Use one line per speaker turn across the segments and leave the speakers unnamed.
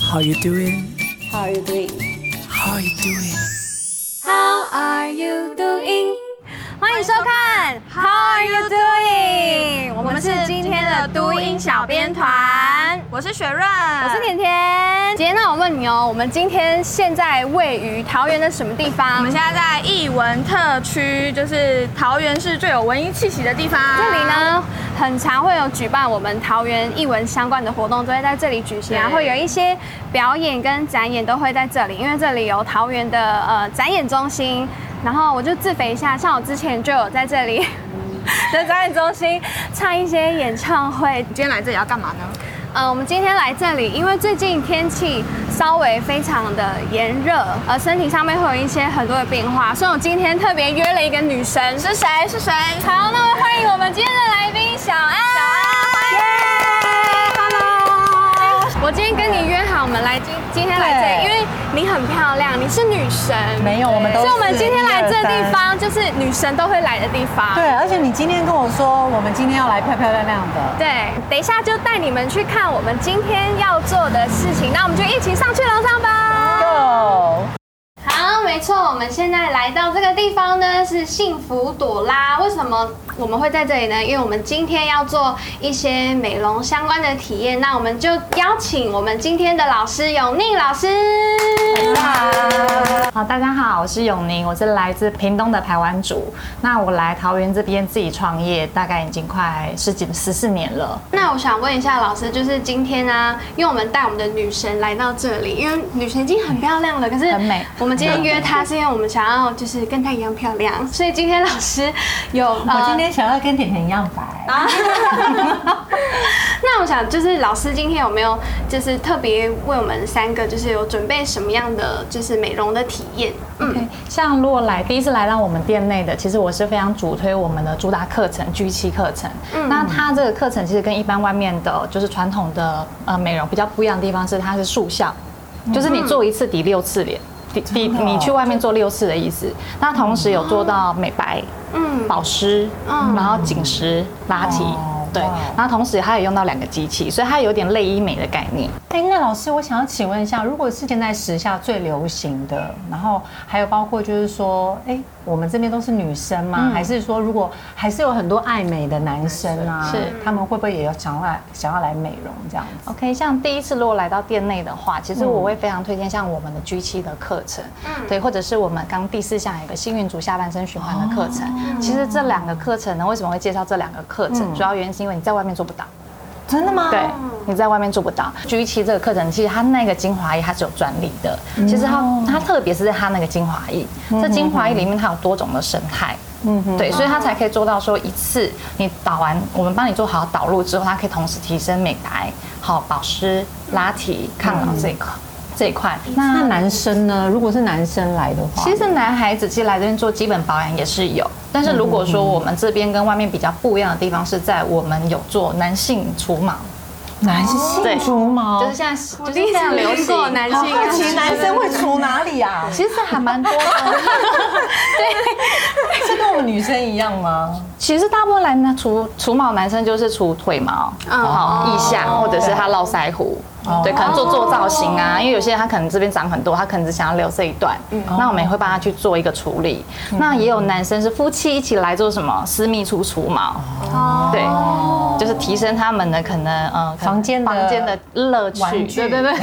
How you doing?
How are you doing?
How you doing?
How are you doing? 欢迎收看 How are you doing？我们是今天的都音小编团，
我是雪润，
我
我
是甜甜。姐，那我问你哦，我们今天现在位于桃园的什么地方？
我们现在在艺文特区，就是桃园市最有文艺气息的地方。
这里？呢，很常会有举办我们桃园艺文相关的活动，都会在这里举行啊，
对
会有一些表演跟展演都会在这里，因为这里有桃园的呃展演中心。然后我就自肥一下，像我之前就有在这里 的展演中心唱一些演唱会。
今天来这里要干嘛呢？
呃，我们今天来这里，因为最近天气稍微非常的炎热，呃，身体上面会有一些很多的变化，所以我今天特别约了一个女神，
是谁？是谁？
好，那么欢迎我们今天的来宾小安。小安，欢迎。我今天跟你约好，我们来今今天来这里，因
对
为你很漂亮，你是女神。
没有我们都
所以
是
我们今天来这
一
地
二三
方，就是女神都会来的地方。
对，而且你今天跟我说，我们今天要来漂漂亮亮的。
对，等一下就带你们去看我们今天要做的事情，那我们就一起上去楼上吧。
Go！
好，没错，我们现在来到这个地方呢，是幸福朵拉。为什么我们会在这里呢？因为我们今天要做一些美容相关的体验，那我们就邀请我们今天的老师永宁老师。
好，大家好，我是永宁，我是来自屏东的台湾族。那我来桃园这边自己创业，大概已经快十几十四年了。
那我想问一下老师，就是今天呢、因为我们带我们的女神来到这里，因为女神已经很漂亮了，可是
很美
我们今天约她是因为我们想要就是跟她一样漂亮，所以今天老师有
我
呃
今天想要跟甜甜一样白，
那我想，就是老师今天有没有就是特别为我们三个，就是有准备什么样的就是美容的体验？
嗯
OK，像如果来第一次来到我们店内的，其实我是非常主推我们的主打课程 G 七课程。
嗯
那它这个课程其实跟一般外面的，就是传统的呃美容比较不一样的地方是，它是速效，就是你做一次抵六次脸。抵
嗯
抵
真的哦
你去外面做六次的意思，那同时有做到美白、
嗯
保湿，然后紧实、拉提
哦，
对
哇，
然后同时它也用到两个机器，所以它有点类医美的概念。
哎，那老师，我想要请问一下，如果是现在时下最流行的，然后还有包括就是说，哎，我们这边都是女生吗？还是说，如果还是有很多爱美的男生啊，
是
他们会不会也要想要来想要来美容这样子？
OK，像第一次如果来到店内的话，其实我会非常推荐像我们的 G 七的课程，对，或者是我们刚第四项有一个幸运族下半身循环的课程。其实这两个课程呢，为什么会介绍这两个课程？主要原因是因为你在外面做不到，
真的吗？
对，你在外面做不到。G 七这个课程，其实它那个精华液它是有专利的，其实它它特别是在它那个精华液，这精华液里面它有多种的生态。嗯，对，所以它才可以做到说一次你导完，我们帮你做好导入之后，它可以同时提升美白、好保湿、拉提、抗老这一块这一块。
那男生呢？如果是男生来的话，
其实男孩子其实来这边做基本保养也是有，但是如果说我们这边跟外面比较不一样的地方是在我们有做男性除毛，
男性
对
除毛，
就是现在就是非常流
听过
行
男性啊，
男生会除哪里啊？
其实还蛮多的。
是跟我们女生一样 吗？
其实大部分来呢，除除毛男生就是除腿毛，然后腋下或者是他络腮胡。对，可能做做造型啊，因为有些人他可能这边长很多，他可能只想要留这一段，那我们也会帮他去做一个处理。那也有男生是夫妻一起来做什么私密处除毛，对，就是提升他们的可能呃可能
房间的
房间的乐趣，
玩具
对对对。
啊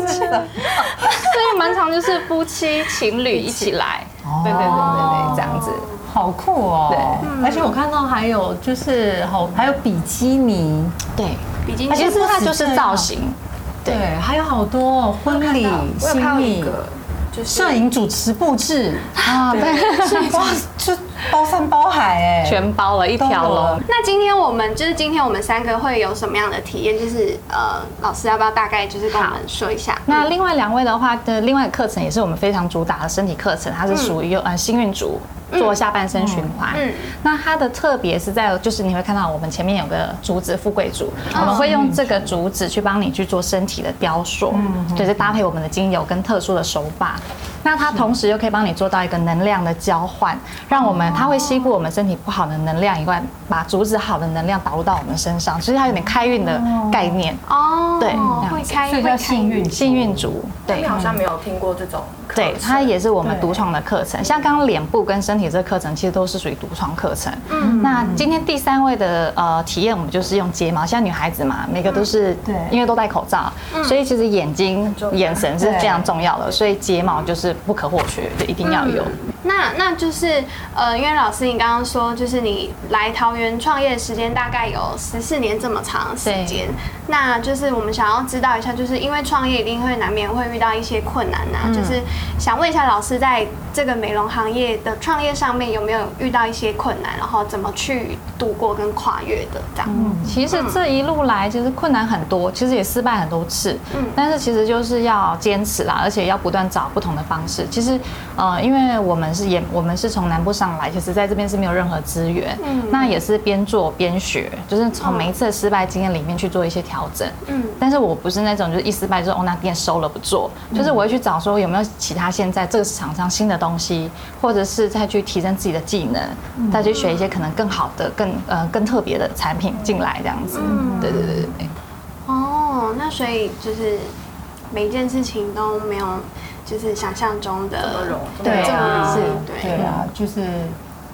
所以蛮常就是夫妻情侣一起来，
哦
对对对对对，这样子。
好酷哦！
对
嗯
而且我看到还有就是好，还有比基尼，
对，
比基尼
而且
其实它
不止
就是
这
造
样
型，
对，还有好多哦婚礼、
我有看
新
到一
礼、
个，就是
摄影主持布置啊，对，哇，就包山包海哎，
全包了一条
都有
龙
了。
那今天我们就是今天我们三个会有什么样的体验？就是呃，老师要不要大概就是跟我们说一下？
那另外两位的话的另外课程也是我们非常主打的身体课程，它是属于有呃幸运族做下半身循环。
嗯嗯嗯
那它的特别是在就是你会看到我们前面有个竹子富贵竹，
嗯
我们会用这个竹子去帮你去做身体的雕塑，
嗯
对，是搭配我们的精
嗯
油跟特殊的手法。那它同时又可以帮你做到一个能量的交换，让我们对，它会吸过我们身体不好的能量以外，把阻止好的能量导入到我们身上，其实它有点开运的概念。
哦，
对
会开
所以
会开
叫幸运竹
幸运竹，对嗯
你哎好像没有听过这种课程，
对，它也是我们
对
独创的课程。像刚刚脸部跟身体这个课程，其实都是属于独创课程。嗯，那今天第三位的呃体验，我们就是用睫毛。现在女孩子嘛，每个都是
嗯对
因为都戴口罩，
嗯
所以其实眼睛、眼神是非常重要的，所以睫毛就是不可或缺，就一定要
嗯
有。
那那就是呃，因为老师你刚刚说，就是你来桃园创业的时间大概有十四年这么长的时间，那就是我们想要知道一下，就是因为创业一定会难免会遇到一些困难呐、啊就是想问一下老师，在这个美容行业的创业上面有没有遇到一些困难，然后怎么去度过跟跨越的这样？
嗯
其实这一路来其实困难很多，其实也失败很多次，但是其实就是要坚持啦，而且要不断找不同的方式。其实，呃，因为我们是也我们是从南部上来，其实在这边是没有任何资源，那也是边做边学，就是从每一次的失败经验里面去做一些调整。
嗯
但是我不是那种就是一失败就是哦那店收了不做，就是我会去找说有没有其他现在这个市场上新的东西，或者是再去提升自己的技能，再去学一些可能更好的、更呃更特别的产品进来这样子。对对对对对。
哦，那所以就是每一件事情都没有就是想象中的
对
这么
啊
容易，
对啊，就是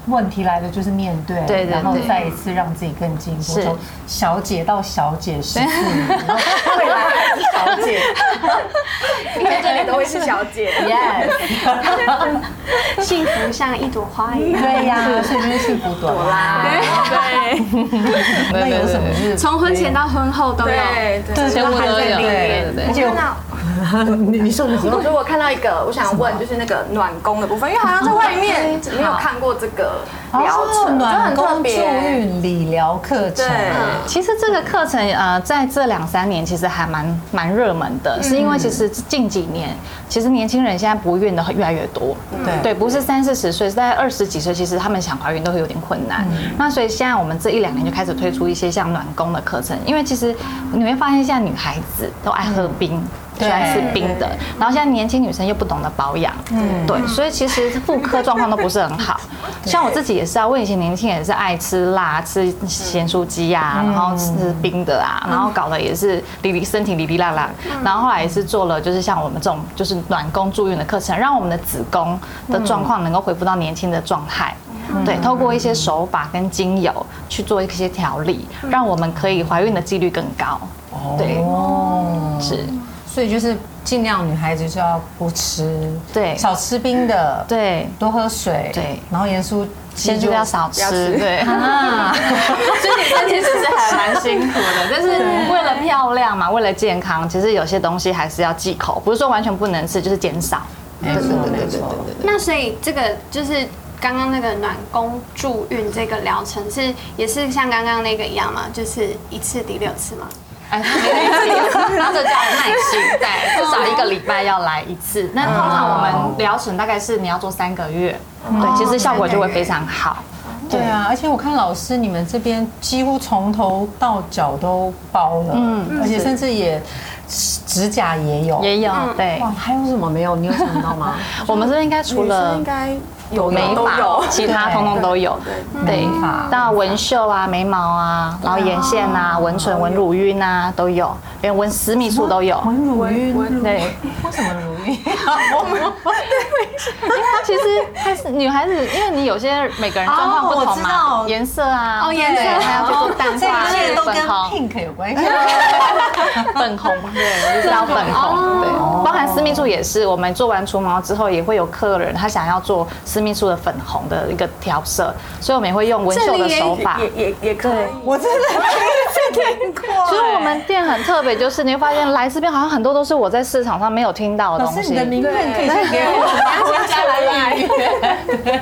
问题来了就是面对，
对对
然后
对
再一次让自己更进步，
是
从小姐到小姐十四年，然后未来还是小姐
你在这里都会是小 姐。
，yes，
幸福像一朵花一样。
对呀，所以就是幸福朵拉。
对
那有什么是
从婚前到婚后都有。
对对。
对
全部都有
对
对对对
而且有你你说你
我
说
说我看到一个，我想问，就是那个暖宫的部分，因为好像在外面没有看过这个疗程，就
暖
很特
宫助
别。
孕理疗课程，
对
其实这个课程呃，在这两三年其实还蛮蛮热门
嗯
的，是因为其实近几年，其实年轻人现在不孕的越来越多，
对
对，不是三四十岁，是在二十几岁，其实他们想怀孕都会有点困难。
嗯
那所以现在我们这一两年就开始推出一些像暖宫的课程，因为其实你会发现现在女孩子都爱喝冰。喜
对嗯
欢吃冰的，然后现在年轻女生又不懂得保养，对，所以其实妇科状况都不是很好。像我自己也是啊，我以前年轻也是爱吃辣，吃咸酥鸡啊，
嗯
然后吃冰的啊，然后搞得也是哩哩身体哩哩啦啦。
嗯
然后后来也是做了，就是像我们这种就是暖宫住院的课程，让我们的子宫的状况能够恢复到年轻的状态。
嗯
对，透过一些手法跟精油去做一些调理，让我们可以怀孕的几率更高。对，
哦，
是，
所以就是尽量女孩子就要不吃，
对
少吃冰的，，
对，
多喝水，
对
然后盐酥鸡
先就要少
要
吃，
吃
对。
啊，
所以女生其实是还蛮辛苦 的，但是为了漂亮嘛，为了健康，其实有些东西还是要忌口，不是说完全不能吃，就是减少。
没错没错，
那所以这个就是刚刚那个暖宫助孕这个疗程是也是像刚刚那个一样嘛，就是一次抵六次嘛。
哎， 然后这叫耐 心，对，至少一个礼拜要来一次。那通常我们疗程大概是你要做三个月，对，其实效果就会非常好。
对啊，而且我看老师你们这边几乎从头到脚都包了，嗯，而且甚至也指甲也有，
哦也有，对
哇，，还有什么没有？你有想到 吗？
我们这边应该除
女生
了
应该有
美
都
发
有，，
其他
对
通通都有。对嗯
美发，
那纹绣啊、眉毛啊、然后眼线啊、纹唇、纹乳晕啊都有，连纹私密处都有。
纹乳晕，
对，
为什么乳晕？
其实还是女孩子，因为你有些每个人状况不同
哦我知
嘛，
道
颜色啊，
哦颜色
对还要去做淡
这
化啊
一切都跟
粉红、
pink 有关系。
粉红，对，就是要粉红，对，包含私密处也是，我们做完除毛之后，也会有客人他想要做私密处的粉红的一个调色，所以我们也会用纹绣的手法。
也也也可以。
我真的没有听过。
所以我们店很特别，就是你会发现来这边好像很多都是我在市场上没有听到的
老
东
师，
西
你的。名片可以先给我，我要下来预 约。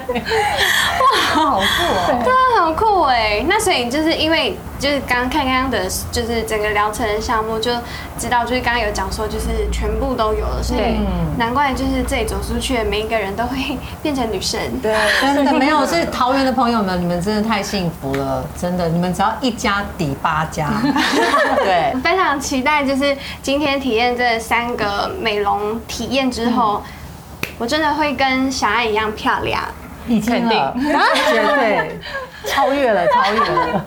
哇，好酷哦！
那很酷哎！那所以就是因为就是刚刚看刚刚的，就是整个疗程的项目就知道，就是刚刚有讲说就是全部都有了，所以
对
难怪就是这里走出去的每一个人都会变成女生。
对，
真的没有，是桃园的朋友们，你们真的太幸福了，真的，你们只要一家抵八 家。对，
非常期待，就是今天体验这三个美容体验之后，我真的会跟小爱一样漂亮。
已
啊
经了， 绝对超越了，超越了。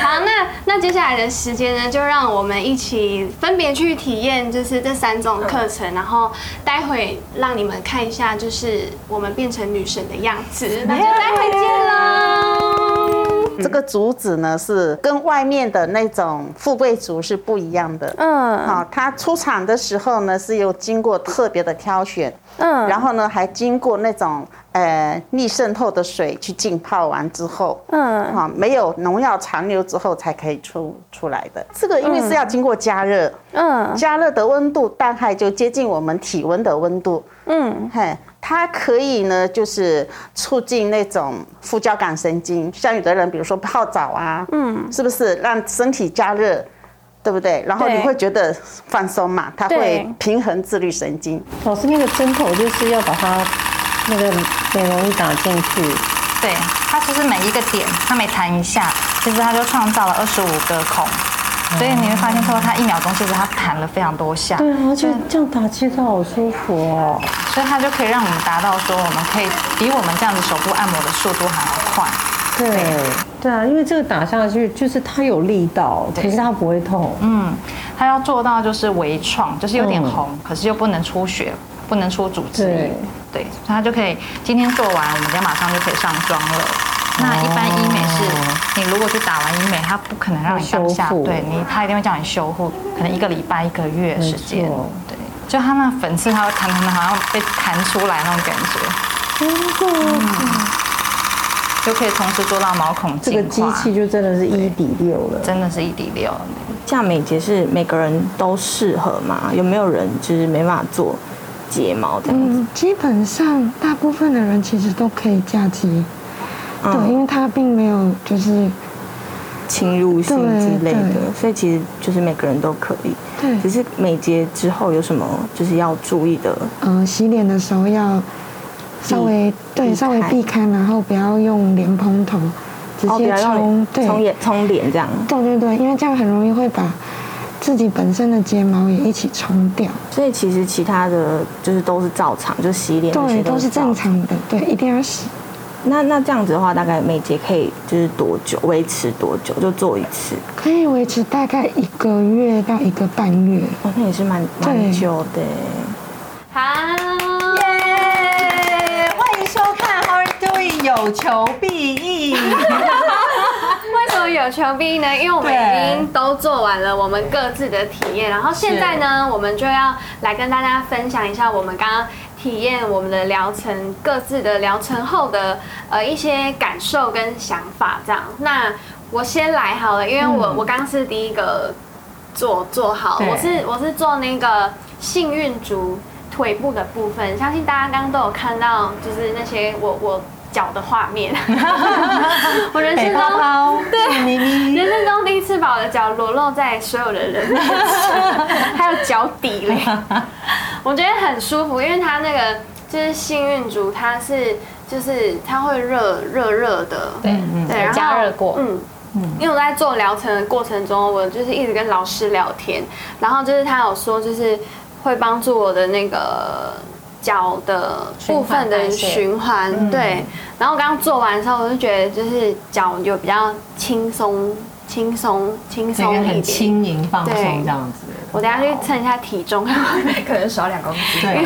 好，那那接下来的时间呢，就让我们一起分别去体验，就是这三种课程，然后待会让你们看一下，就是我们变成女神的样子。那就待会见喽。
这个竹子呢是跟外面的那种富贵竹是不一样的。嗯，好，它出厂的时候呢是有经过特别的挑选，嗯，然后呢还经过那种呃逆渗透的水去浸泡完之后，嗯，好，没有农药残留之后才可以出出来的。这个因为是要经过加热，嗯，加热的温度大概就接近我们体温的温度，嗯，嘿。它可以呢，就是促进那种副交感神经。像有的人，比如说泡澡啊，嗯，是不是让身体加热，对不对？然后你
对
会觉得放松嘛，它会
对
平衡自律神经。
老师那个针头就是要把它那个美容仪打进去，
对，它就是每一个点，它每弹一下，其实它就创造了二十五个孔，所以你会发现说它一秒钟其实它弹了非常多下，
对啊，而且这样打气它好舒服哦。
所以它就可以让我们达到说我们可以比我们这样子手部按摩的速度还要快。
对，对啊，因为这个打下去就是它有力道，可是它不会痛。
嗯，它要做到就是微创，就是有点
嗯
红，可是又不能出血，不能出组织液
对。
对，所以它就可以今天做完，我们家马上就可以上妆了。那
哦
一般医美是，你如果去打完医美，它不可能让你当
要
下，
修复
对你，它一定会叫你修护，可能一个礼拜、一个月的时间
没错。
对，就它那粉刺，它会弹弹弹，好像被弹出来那种感觉。真的。就可以同时做到毛孔
嗯这
净
个
化，哎
机器就真的是一比六了。
真的是一滴六。
像美睫是每个人都适合吗？有没有人就是没办法做睫毛这样子？
嗯，基本上大部分的人其实都可以嫁接，
嗯
嗯
对，因为它并没有就是
侵入性之类
对
的，
对
所以其实就是每个人都可以。
对
只是美睫之后有什么就是要注意的？
嗯、呃洗脸的时候要稍微对
嗯避
稍微
开
避开，然后不要用莲蓬头，直
哦，不
接
要
冲、
用
对
从眼从脸这样。
对对对，因为这样很容易会把自己本身的睫毛也一起冲掉。
所以其实其他的就是都是照常，就洗脸那些
对，都是
照常
正。常的，对，一定要洗。
那那这样子的话，大概每节可以就是多久维持多久就做一次？
可以维持大概一个月到一个半月。
哦，那也是蛮蛮
对
久的耶。
好，
欢迎收看《How Are Doing》，有求必应。
为什么有求必应呢？因为我们
对
已经都做完了我们各自的体验，然后现在呢，我们就要来跟大家分享一下我们刚刚体验我们的疗程各自的疗程后的呃一些感受跟想法，这样。那我先来好了，因为我、我刚是第一个做做好，
对
我是我是做那个幸运竹腿部的部分，相信大家刚刚都有看到，就是那些我我脚的画面，我人生
北泡
中。
泡，对，咪咪，
人生中第一次把我的脚裸露在所有的人面前，还有脚底嘞，我觉得很舒服，因为它那个就是幸运竹，它是就是它会热热热的，对对，然后
加热过
嗯。因为我在做疗程的过程中，我就是一直跟老师聊天，然后就是他有说，就是会帮助我的那个脚的部分的循环，对。然后我刚刚做完的时候，我就觉得就是脚有比较轻松、轻松、轻
整个
松一
很
点。
轻盈放松
对
这样子。
我等一下去称一下体重，
可能少两公斤。
对，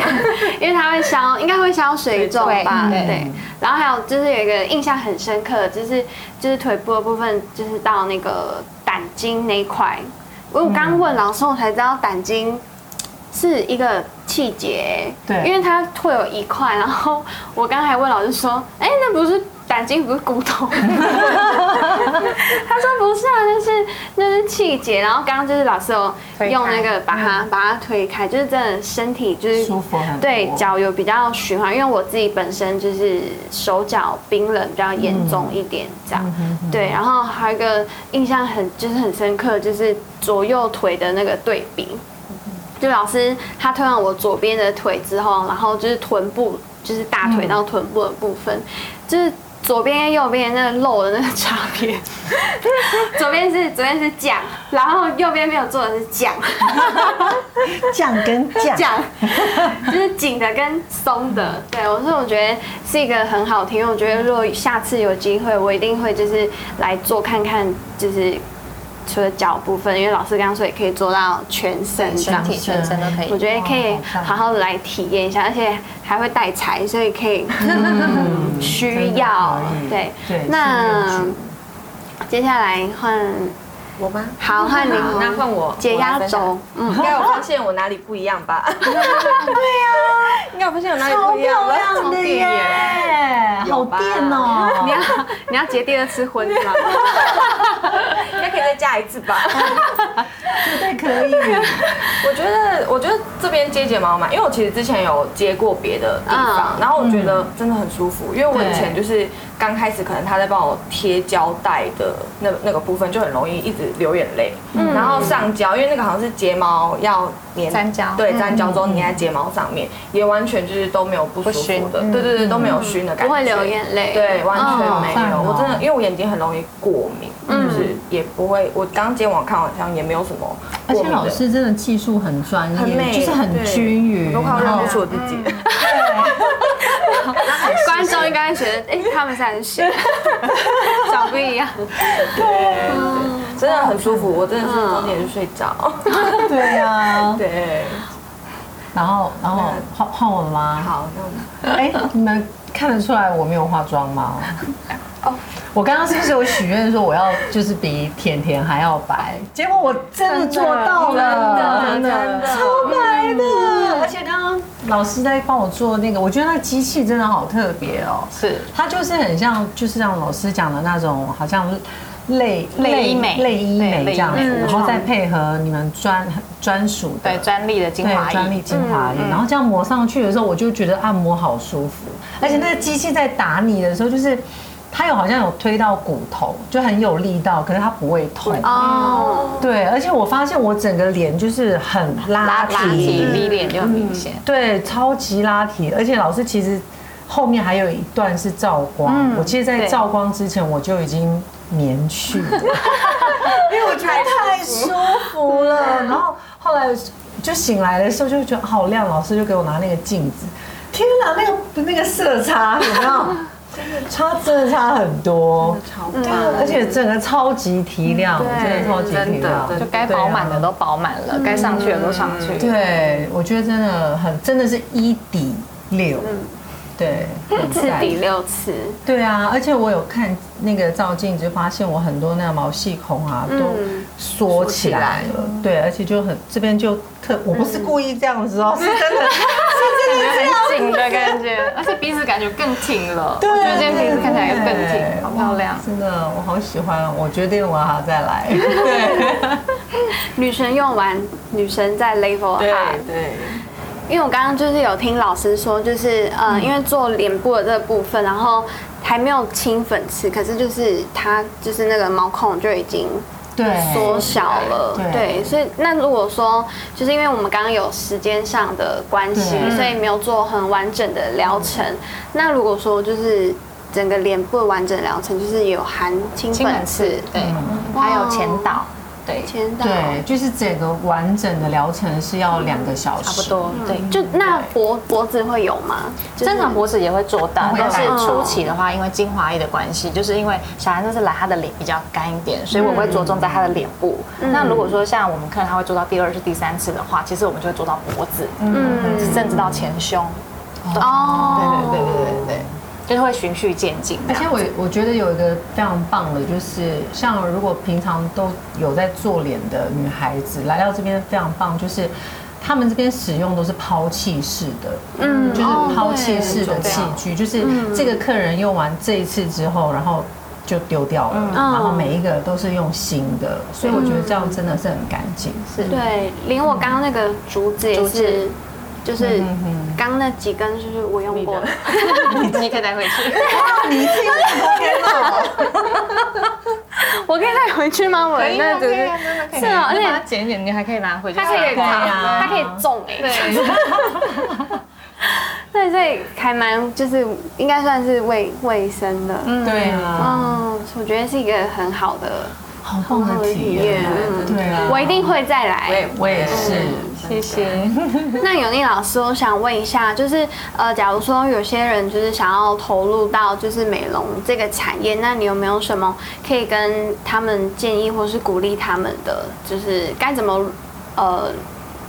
因为它会消，应该会消水肿吧？
对嗯
对。然后还有就是有一个印象很深刻，就是就是腿部的部分，就是到那个胆经那一块。因为我
嗯
刚问老师，我才知道胆经是一个气节，
对
因为它会有一块。然后我刚还问老师说，哎，那不是胆经，不是骨 头吗？他说不是啊，那是那是气节。然后刚刚就是老师有用那个把它把它推开，就是真的身体就是
嗯舒服很多
对脚有比较循环，因为我自己本身就是手脚冰冷比较严重一点这
嗯
样。对，然后还有一个印象很就是很深刻，就是左右腿的那个对比。就老师他推完我左
嗯
边的腿之后，然后就是臀部，就是大腿到臀部的部分，就是左边跟右边那个肉的那个差别。 左边是左边是酱，然后右边没有做的是酱，
酱跟酱，
酱就是紧的跟松的。对我所以我觉得是一个很好听。我觉得如果下次有机会，我一定会就是来做看看，就是。除了脚部分，因为老师刚刚说也可以做到全身这样
身体全身都
哎
可以
我觉得可以好好的来体验一下，而且还会带财，所以可以、嗯、 需要
真的可以
对
对是
那
面
接下来换
我吗？
好换你
好，那换我
解压轴，，
我来分享应该有发现我哪里不一样吧？对呀，应该有发现我哪里不一样吧？
亮的耶，好
有吧
电哦！
你要你要结第二次婚是吗？
应该可以再加一次吧？
绝对可以，
我觉得，我觉得这边接睫毛嘛，因为我其实之前有接过别的地方，然后我觉得真的很舒服，因为我以前就是刚开始可能他在帮我贴胶带的那那个部分就很容易一直流眼泪，
嗯
然后上胶，因为那个好像是睫毛要粘
粘胶
对，
嗯
粘胶之后粘在睫毛上面，也完全就是都没有不舒服的，对对对，都没有熏的感觉，
不会流眼泪
对，完全
哦
没
好
有，
棒哦
我真的因为我眼睛很容易过敏，
嗯
就是也不会，我刚今天晚上看好像也没有什么
而
过
且
敏的，
老师真的技术很专
很
业，
美，
就是很均匀，
对我都快要
嗯
认不
然
出
后
我自己。
观众应该会觉得，哎、他们三谁？脚不一样，
真的很舒服，
嗯
我真的是中间就睡着。
对啊，
对，
然后然后换换我吗？
好，那我们
哎，你们看得出来我没有化妆吗？哦我刚刚是不是有许愿说我要就是比甜甜还要白？结果我真的做到了，真的超白的。而且刚刚老师在帮我做那个，我觉得那机器真的好特别哦，
是
它就是很像就是像老师讲的那种，好像类
类医美
类医美
对
这
类医
样子，
美
然后再配合你们专专属的
对专利的精华
对专利
液，嗯
精华液，然后这样抹上去的时候，我就觉得按摩好舒服，而且那个机器在打你的时候，就是它有好像有推到骨头，就很有力道，可是它不会痛。
哦，
对，而且我发现我整个脸就是很拉
拉
提，
拉提 V 脸就很明显。
对，超级拉提，而且老师其实后面还有一段是照光，我其实，在
对
照光之前我就已经眠去 了，因为我觉得太舒服了。然后后来就醒来的时候就觉得好亮，老师就给我拿那个镜子，天哪，那个那个色差有没有？ 差真的差很多，对啊，而且整个超级提亮，嗯真的超级提亮，
就该饱满的
对啊
都饱满了，该上去的都上去。
对，我觉得真的很，真的是一抵六，
嗯
对，很
次
赞
第六次，
对啊，而且我有看那个照镜子，就发现我很多那个毛细孔啊都缩起来了，对，而且就很这边就特，我不是故意这样子哦，是 真的，是真的这样
很紧的感觉，而且鼻子感觉更挺了。我觉得今天鼻子看起来更挺，好漂亮。
真的，我好喜欢哦，我决定我要再 来，对，
女神用完，女神在 level
对
up。
对，
因为我刚刚就是有听老师说，就是呃，因为做脸部的这个部分，然后还没有清粉刺，可是就是它就是那个毛孔就已经
对，
缩小了，
对
对，所以那如果说就是因为我们刚刚有时间上的关系，
对
所以没有做很完整的疗程。那如果说就是整个脸部的完整疗程，就是有含清
亲
粉
粉
刺
刺，，对，还有前导，对，
前导，
对，就是整个完整的疗程是要两个小时，
差不多，对。
就那脖脖子会有吗？就是
正常脖子也会啊做到，
会
但是
嗯
初期的话，因为精华液的关系，就是因为小孩这次来他的脸比较干一点，所以我会着重在他的脸部。那如果说像我们客人他会做到第二次、第三次的话，其实我们就会做到脖子，嗯，甚至到前胸。
哦，
对对对对对对，就是会循序渐进
而
这样。
且我我觉得有一个非常棒的，就是像如果平常都有在做脸的女孩子来到这边非常棒，就是他们这边使用都是抛弃式的，嗯，就是抛弃式的器具，就是这个客人用完这一次之后，然后。就丢掉了，然后每一个都是用新的，所以我觉得这样真的是很干净。是
对，连我刚刚那个竹子也是，就是
嗯
刚那几根就是我用过的。
你可以 带回去。
我可以带回去吗？我的那 只是是啊，而
而
且
且它剪一
啊
剪，你还可以拿回去。
它可以
对啊
它可以种哎， 那所以还蛮就是应该算是卫卫生的，嗯，
对啊，
哦，我觉得是一个很好的
好棒的体验，
嗯
对啊，
我一定会再
我
来
也。我也是，
谢谢。
那永宁老师，我想问一下，就是呃，假如说有些人就是想要投入到就是美容这个产业，那你有没有什么可以跟他们建议，或是鼓励他们的，就是该怎么呃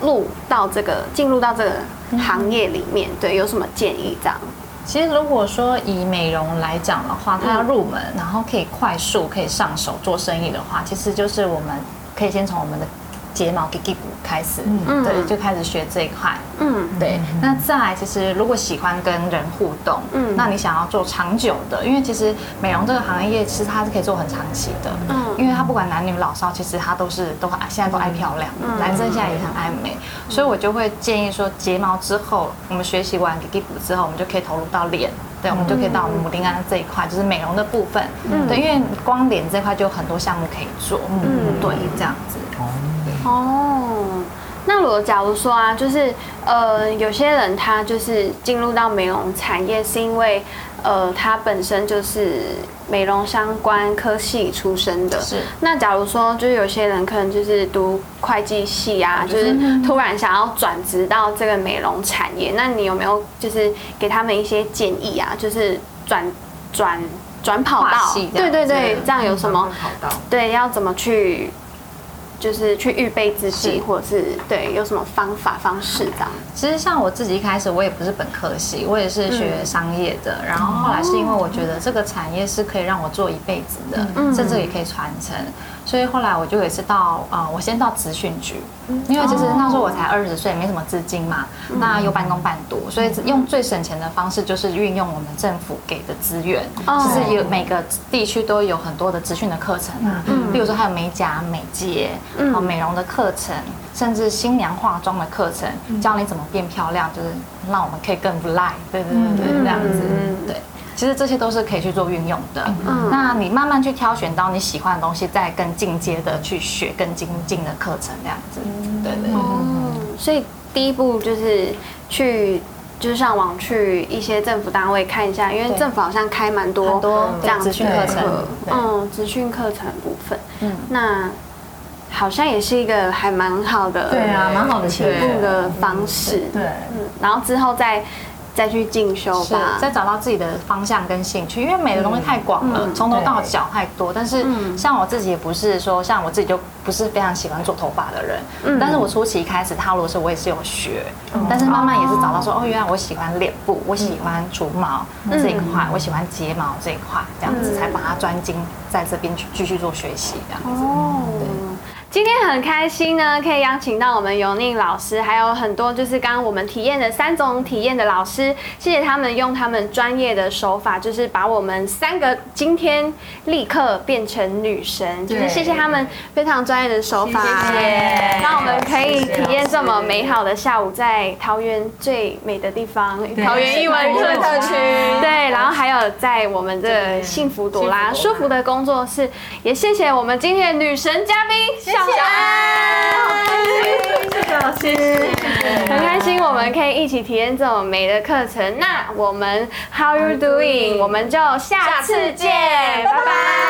入到这个进入到这个行业里面？对，有什么建议这样？
其实如果说以美容来讲的话，它要入门，然后可以快速可以上手做生意的话，
嗯
其实就是我们可以先从我们的睫毛 g i g i 开始，
嗯
对，就开始学这一块。
嗯，
对，那再来，其实如果喜欢跟人互动，
嗯
嗯，那你想要做长久的，因为其实美容这个行业其实它是可以做很长期的，
嗯嗯
嗯，因为它不管男女老少，其实它都是都很爱现在都爱漂亮，男生现在也很爱美，所以我就会建议说，睫毛之后，我们学习完 g i g 补之后，我们就可以投入到脸。对，我们就可以到
嗯
牡丹安这一块，就是美容的部分。对，因为光脸这块就有很多项目可以做。嗯，对，这样子。
哦，那如果假如说啊，就是呃，有些人他就是进入到美容产业，是因为呃，他本身就是美容相关科系出身的。
是。
那假如说，就是有些人可能就是读会计系
嗯
啊，就是突然想要转职到这个美容产业，那你有没有就是给他们一些建议啊？就是转转转跑
跨
道
系，
对
这样嗯
对对，这样有什么？
跑道。
对，要怎么去，就是去预备自己，或者是对有什么方法方式这样？
其实像我自己一开始我也不是本科系，我也是学商业的，然后后来是因为我觉得这个产业是可以让我做一辈子的，甚至也可以传承，所以后来我就也是到啊、呃我先到职训局，因为其实那时候我才二十岁，没什么资金嘛，那又半工半读，所以用最省钱的方式就是运用我们政府给的资源，
哦
其实有每个地区都有很多的职训的课程啊，比如说还有美甲、美睫、哦美容的课程，甚至新娘化妆的课程，教你怎么变漂亮，就是让我们可以更不赖，对对对
嗯
对，这样子，对。其实这些都是可以去做运用的。那你慢慢去挑选到你喜欢的东西，再更进阶的去学更精进的课程，这样子。对对对。
嗯，所以第一步就是去。就是上网去一些政府单位看一下，因为
对
政府好像开蛮多
很多
这样子
资讯课程
的
对
嗯，资讯课程部分，嗯，那好像也是一个还蛮好的
对啊，蛮好的体
起步
验，
的方式，
对，
嗯，然后之后再再去进修
是
吧，
再找到自己的方向跟兴趣，因为美的东西太广了，从头到脚太多。但是像我自己也不是说，像我自己就不是非常喜欢做头发的人，但是我初期开始踏入的时候，我也是有学，但是慢慢也是找到说，哦，原来我喜欢脸部，我喜欢除毛这一块，我喜欢睫毛这一块，这样子才把它专精在这边去继续做学习这样子。
哦今天很开心呢，可以邀请到我们尤宁老师，还有很多就是刚刚我们体验的三种体验的老师，谢谢他们用他们专业的手法，就是把我们三个今天立刻变成女神，就是谢谢他们非常专业的手法，让我们可以体验这么美好的下午，在桃园最美的地方，桃园艺文特区，对，然后还有在我们的幸福朵拉舒服的工作室，也谢谢我们今天的女神嘉宾小安，很开心我们可以一起体验这种美的课程。那我们 How you doing？我们就下次见，拜拜。